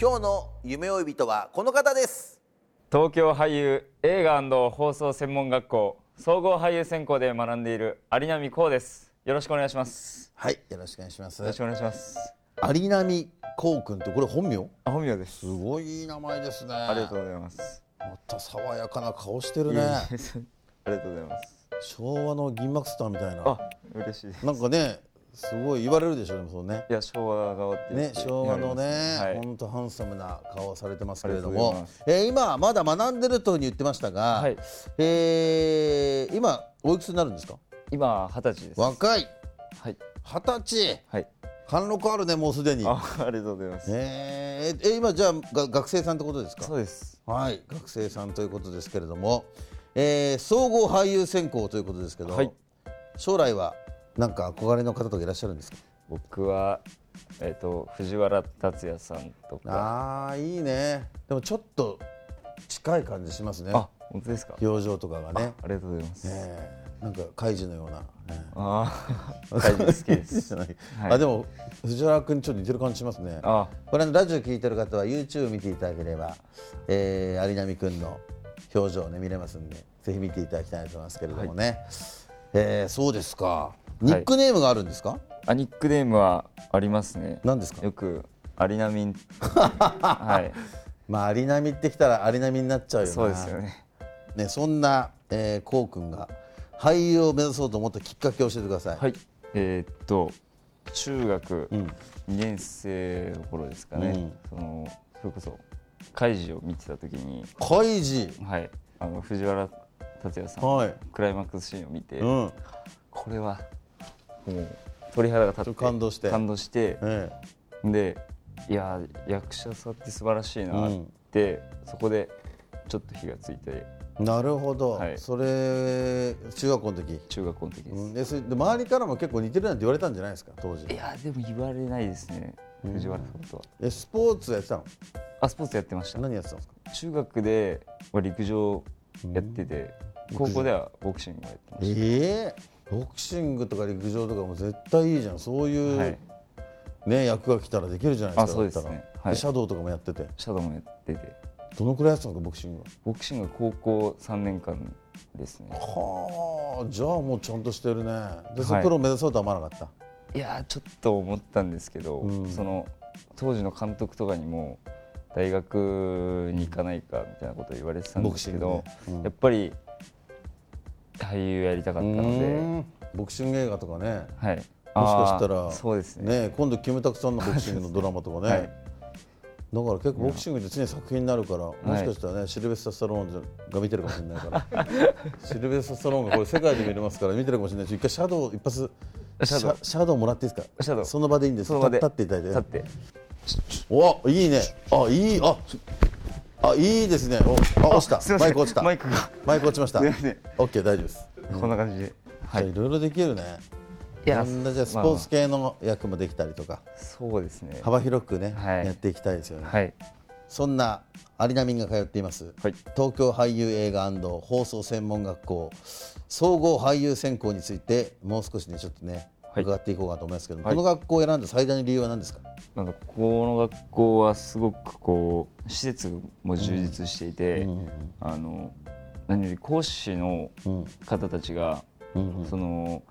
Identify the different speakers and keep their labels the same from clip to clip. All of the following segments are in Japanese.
Speaker 1: 今日の夢追い人はこの方です
Speaker 2: 東京俳優映画放送専門学校総合俳優専攻で学んでいる有波光ですよろしくお願いします
Speaker 3: はい、よろしくお願いします
Speaker 2: よろしくお願いします
Speaker 3: 有波こうくんってこれ本名
Speaker 2: あ本名です
Speaker 3: すごいいい名前ですね
Speaker 2: ありがとうございます
Speaker 3: また爽やかな顔してる
Speaker 2: いえい
Speaker 3: ね
Speaker 2: えありがとうございます
Speaker 3: 昭和の銀幕スターみたいな
Speaker 2: あ嬉しいです
Speaker 3: なんかねすごい言われるでしょでもそうね
Speaker 2: いや昭和顔って
Speaker 3: ね昭和の
Speaker 2: はい
Speaker 3: ね、本当ハンサムな顔をされてますけれど
Speaker 2: ありがとうござい
Speaker 3: も
Speaker 2: ま、
Speaker 3: えー、今まだ学んでるというふうに言ってましたが、
Speaker 2: はい
Speaker 3: えー、今おいくつになるんですか
Speaker 2: 今二十歳ですは
Speaker 3: 若い
Speaker 2: い
Speaker 3: 二十歳
Speaker 2: はい
Speaker 3: 貫禄あるねもうすでに
Speaker 2: あありがとうございます
Speaker 3: えー、え今じゃあが学生さんってことですか
Speaker 2: そうです
Speaker 3: はい、学生さんということですけれども、えー総合俳優専攻ということですけど、
Speaker 2: はい
Speaker 3: 将来はなんか憧れの方とかいらっしゃるんですか
Speaker 2: 僕はえっ、と藤原達也さんとか
Speaker 3: あーいいねでもちょっと近い感じしますね
Speaker 2: あ本当ですか
Speaker 3: 表情とかがね、
Speaker 2: ありがとうございます、
Speaker 3: えーなんか怪獣のような、え
Speaker 2: ああ
Speaker 3: ー
Speaker 2: 大好きで
Speaker 3: じ
Speaker 2: す
Speaker 3: ゃない
Speaker 2: はい
Speaker 3: あでも藤原君ちょっと似てる感じしますね
Speaker 2: あ
Speaker 3: これあのラジオ聞いてる方は YouTube 見ていただければ、えー、有波くんの表情をね見れますんでぜひ見ていただきたいと思いますけれどもね、えーそうですかニックネームがあるんですか、
Speaker 2: あニックネームはありますね。
Speaker 3: 何ですか
Speaker 2: よくアリナミ ン。は
Speaker 3: まあ有波ってきたら有波になっちゃうよ
Speaker 2: い。
Speaker 3: な
Speaker 2: そうですよね。
Speaker 3: ねそんな、えー、こうくんが俳優を目指そうと思ったきっかけを教えてください、
Speaker 2: はい。えーっと中学2年生の頃ですかね。
Speaker 3: うん
Speaker 2: そのそれこそ怪獣を見てた時に、
Speaker 3: カイジ
Speaker 2: はい。あの藤原達也さん、
Speaker 3: はい
Speaker 2: クライマックスシーンを見て、
Speaker 3: うん、
Speaker 2: これはもう鳥肌が立っ
Speaker 3: ち
Speaker 2: て
Speaker 3: ょっと感動して
Speaker 2: 感動して
Speaker 3: え
Speaker 2: でいやー役者さんって素晴らしいなって、そこでちょっと火がついて
Speaker 3: えなるほど、
Speaker 2: はい
Speaker 3: それ中学校の時
Speaker 2: 中学校の時です。
Speaker 3: うんでそれで周りからも結構似てるなんて言われたんじゃないですか当時
Speaker 2: いやでも言われないですね藤原さんとは、
Speaker 3: えスポーツやってたの
Speaker 2: あスポーツやってました
Speaker 3: 何やってたんですか
Speaker 2: 中学では陸上やってて、高校ではボクシングをやってまし
Speaker 3: ええボクシングとか陸上とかも絶対いいじゃんそういう、
Speaker 2: はい
Speaker 3: ね、役が来たらできるじゃないですか
Speaker 2: あそうですね
Speaker 3: だったら
Speaker 2: はい
Speaker 3: シャドウとかもやってて
Speaker 2: たシャドウもやってて
Speaker 3: どのくらいやってたのかボクシング
Speaker 2: ボクシングは高校3年間ですね
Speaker 3: ははあじゃあもうちゃんとしてるねで、そ
Speaker 2: はい
Speaker 3: プロ目指そうとは思わなかった
Speaker 2: いやーちょっと思ったんですけど、
Speaker 3: うん
Speaker 2: その当時の監督とかにも大学に行かないかみたいなこと言われてたんですけ
Speaker 3: ボ
Speaker 2: ど、
Speaker 3: クシングねうん
Speaker 2: やっぱり俳優やりたかった
Speaker 3: う
Speaker 2: ので、
Speaker 3: んボクシング映画とかね
Speaker 2: はい、もし
Speaker 3: もしかしたら
Speaker 2: そうですね
Speaker 3: ね今度キムタクさんのボクシングのドラマとかね、
Speaker 2: はい
Speaker 3: だから結構ボクシングって常に作品になるから、もしかしたらねシルベスタ・スタローンが見てるかもしれないから シルベスタ・スタローンがこれ世界で見れますから見てるかもしれないし一回シャドウ一発シ
Speaker 2: シャドウ
Speaker 3: ャシャドウもらっていいですか
Speaker 2: シャドウ
Speaker 3: その場でいいんです
Speaker 2: その場で
Speaker 3: 立立っていただいて
Speaker 2: 立って
Speaker 3: おいいねあいいああいいですねおあ落ち
Speaker 2: すい
Speaker 3: た
Speaker 2: ません
Speaker 3: マイク落ちた
Speaker 2: マイクが
Speaker 3: マイク落ちました
Speaker 2: すいません
Speaker 3: オッケー大丈夫です
Speaker 2: こんな感じで、はい
Speaker 3: じゃあいろいろできるね
Speaker 2: い
Speaker 3: いろんなじゃあスポーツ
Speaker 2: ま
Speaker 3: 系の役もできたりとか
Speaker 2: あそうですね
Speaker 3: 幅広くね、
Speaker 2: はい
Speaker 3: やっていきたいですよね、
Speaker 2: はい
Speaker 3: そんな有波が通っています、
Speaker 2: はい
Speaker 3: 東京俳優映画放送専門学校総合俳優専攻についてもう少しねちょっとね、
Speaker 2: はい
Speaker 3: 伺っていこうかと思いますけど、
Speaker 2: はい
Speaker 3: この学校を選んだ最大の理由は何ですか、
Speaker 2: なんかこの学校はすごくこう施設も充実していて、あの何より講師の
Speaker 3: うん
Speaker 2: 方たちが、
Speaker 3: うんうん
Speaker 2: その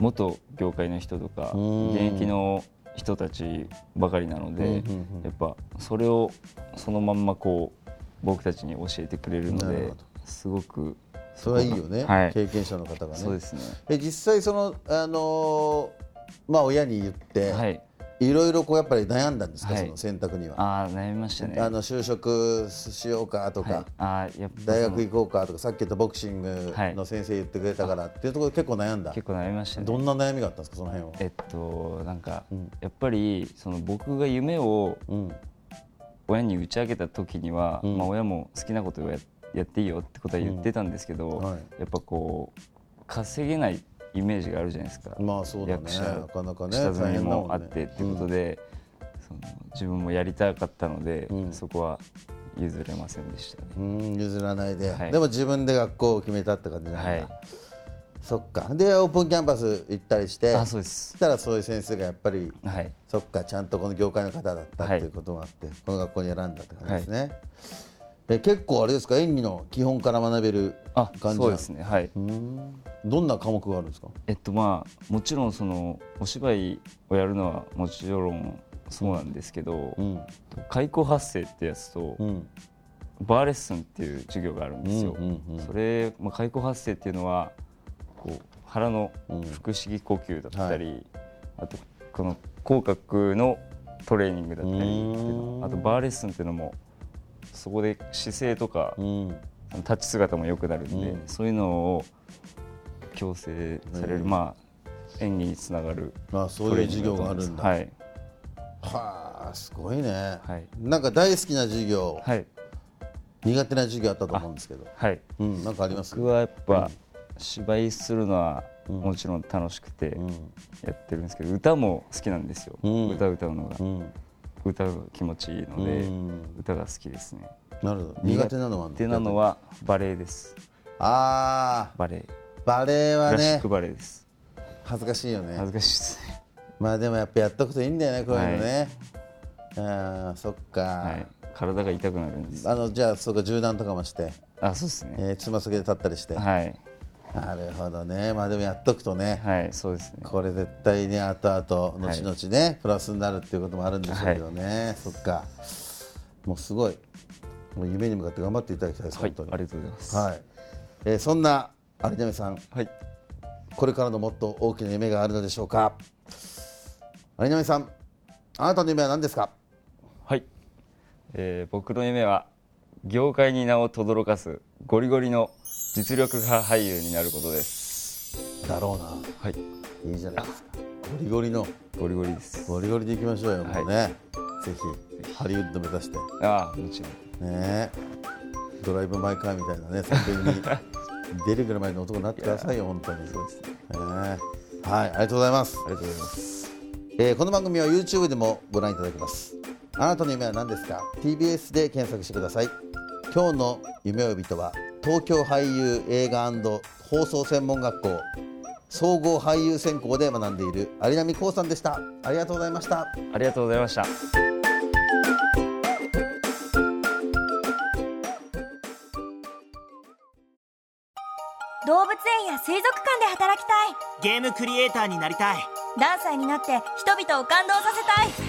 Speaker 2: 元業界の人とか、
Speaker 3: うん
Speaker 2: 現役の人たちばかりなので、
Speaker 3: うんうんうん
Speaker 2: やっぱそれをそのまんまこう僕たちに教えてくれるの
Speaker 3: なる
Speaker 2: で
Speaker 3: ほど
Speaker 2: すごく
Speaker 3: それはいいよね、
Speaker 2: はい
Speaker 3: 経験者の方が
Speaker 2: そう
Speaker 3: ね
Speaker 2: ですね
Speaker 3: え実際その、あのーまあ、親に言って、、
Speaker 2: はいい
Speaker 3: ろいろこうやっぱり悩んだんですか、
Speaker 2: はい
Speaker 3: その選択にはあ、
Speaker 2: ああ悩みましたね
Speaker 3: の就職しようかとか、
Speaker 2: はい、あーやっぱ
Speaker 3: 大
Speaker 2: そ
Speaker 3: 学
Speaker 2: の
Speaker 3: 行こうかとかさっき言ったボクシングの先生言ってくれたからっていうところで結構悩んだ
Speaker 2: 結構悩みましたね
Speaker 3: どんな悩みがあったんですかその辺は
Speaker 2: えっとなんか、
Speaker 3: ん
Speaker 2: やっぱりその僕が夢を
Speaker 3: うん
Speaker 2: 親に打ち明けた時には、
Speaker 3: うん
Speaker 2: まあ、親も好きなことをややっていいよってことは言ってたんですけど、
Speaker 3: うんはい
Speaker 2: やっぱこう稼げないイメージがあるじゃないですか、
Speaker 3: まあそうだね
Speaker 2: 役者
Speaker 3: なかなかね
Speaker 2: 下積
Speaker 3: 大
Speaker 2: み
Speaker 3: 変だも
Speaker 2: も
Speaker 3: んね
Speaker 2: あってってことで、その自分もやりたかったので、
Speaker 3: うん
Speaker 2: そこは譲れませんでしたね。
Speaker 3: うん譲らないで、
Speaker 2: はい
Speaker 3: でも自分で学校を決めたって感じなんだ、
Speaker 2: はい
Speaker 3: そっかでオープンキャンパス行ったりして
Speaker 2: あそうです
Speaker 3: したらそういう先生がやっぱり
Speaker 2: はい
Speaker 3: そっかちゃんとこの業界の方だったって
Speaker 2: はい
Speaker 3: いうことがあって、この学校に選んだって感じですね、え結構あれですか演技の基本から学べる
Speaker 2: あ
Speaker 3: 感じなん
Speaker 2: そうですねはい、
Speaker 3: うんどんな科目があるんですか
Speaker 2: えっとまあもちろんそのお芝居をやるのはもちろんそうなんですけど、
Speaker 3: うん
Speaker 2: 開口発声ってやつと、
Speaker 3: うん
Speaker 2: バーレッスンっていう授業があるんですよ。
Speaker 3: うんうんうん
Speaker 2: それ、まあ、開口発声っていうのはこう腹の腹式呼吸だったり、あとこの口角のトレーニングだったりっていう
Speaker 3: うー
Speaker 2: の
Speaker 3: ん
Speaker 2: あとバーレッスンっていうのもそこで姿勢とか、
Speaker 3: うん
Speaker 2: 立ち姿も良くなるんで、
Speaker 3: うん
Speaker 2: そういうのを強制される、
Speaker 3: うん
Speaker 2: まあ演技につながる
Speaker 3: まあそういう授業があるんだ
Speaker 2: トレーニング
Speaker 3: はあすごいね、
Speaker 2: はい
Speaker 3: なんか大好きな授業、
Speaker 2: だと思いますはいはい
Speaker 3: 苦手な授業あったと思うんですけど、
Speaker 2: はい
Speaker 3: うん、なんかあります
Speaker 2: 僕はやっぱ芝居するのはもちろん楽しくて
Speaker 3: ん
Speaker 2: やってるんですけど歌も好きなんですよ、
Speaker 3: うん
Speaker 2: 歌歌うのが、
Speaker 3: うん、
Speaker 2: 歌が気持ちいいので、
Speaker 3: うん
Speaker 2: 歌が好きですね
Speaker 3: なるほど苦手なのは
Speaker 2: 苦手なのはバレエです
Speaker 3: ああ
Speaker 2: バレエ
Speaker 3: バレー
Speaker 2: ク
Speaker 3: は
Speaker 2: ラシッ
Speaker 3: ね
Speaker 2: クバレエです
Speaker 3: 恥ずかしいよね
Speaker 2: 恥ずかしいですね
Speaker 3: まあでもやっぱやっとくといいんだよねこういうのね、ああそっか、
Speaker 2: はい体が痛くなるんです
Speaker 3: あのじゃあそこ柔軟とかもして、
Speaker 2: あそうですね
Speaker 3: えー、つま先で立ったりして、
Speaker 2: はい
Speaker 3: なるほどねまあでもやっとくとね、
Speaker 2: はいそうですね
Speaker 3: これ絶対ね後々後
Speaker 2: はい
Speaker 3: 々ね、プラスになるっていうこともあるんでしょうけどね、そっかもうすごいもう夢に向かって頑張っていただきたいです、
Speaker 2: はい
Speaker 3: 本当に
Speaker 2: ありがとうございます、
Speaker 3: はいえーそんな有田さん、
Speaker 2: はい
Speaker 3: これからのもっと大きな夢があるのでしょうか有田さんあなたの夢は何ですか
Speaker 2: はい、えー僕の夢は業界に名を轟かすゴリゴリの実力派俳優になることです
Speaker 3: だろう
Speaker 2: はい
Speaker 3: ないいじゃないですかゴリゴリの
Speaker 2: ゴリゴリです
Speaker 3: ゴリゴリでいきましょうよ、
Speaker 2: はい
Speaker 3: もうねぜひハリウッド目指して
Speaker 2: ああもちろん
Speaker 3: ねえドライブ・マイ・カーみたいなね作品に出てくる前の男になってくださいよ本当にそうですねえはいありがとうございます
Speaker 2: ありがとうございます
Speaker 3: えーこの番組は YouTube でもご覧いただけますあなたの夢は何ですか TBS で検索してください今日の夢呼びとは東京俳優映画放送専門学校総合俳優専攻で学んでいる有波光さんでしたありがとうございました
Speaker 2: ありがとうございました
Speaker 4: 動物園や水族館で働きたい
Speaker 5: ゲームクリエイターになりたい
Speaker 4: 何歳になって人々を感動させたい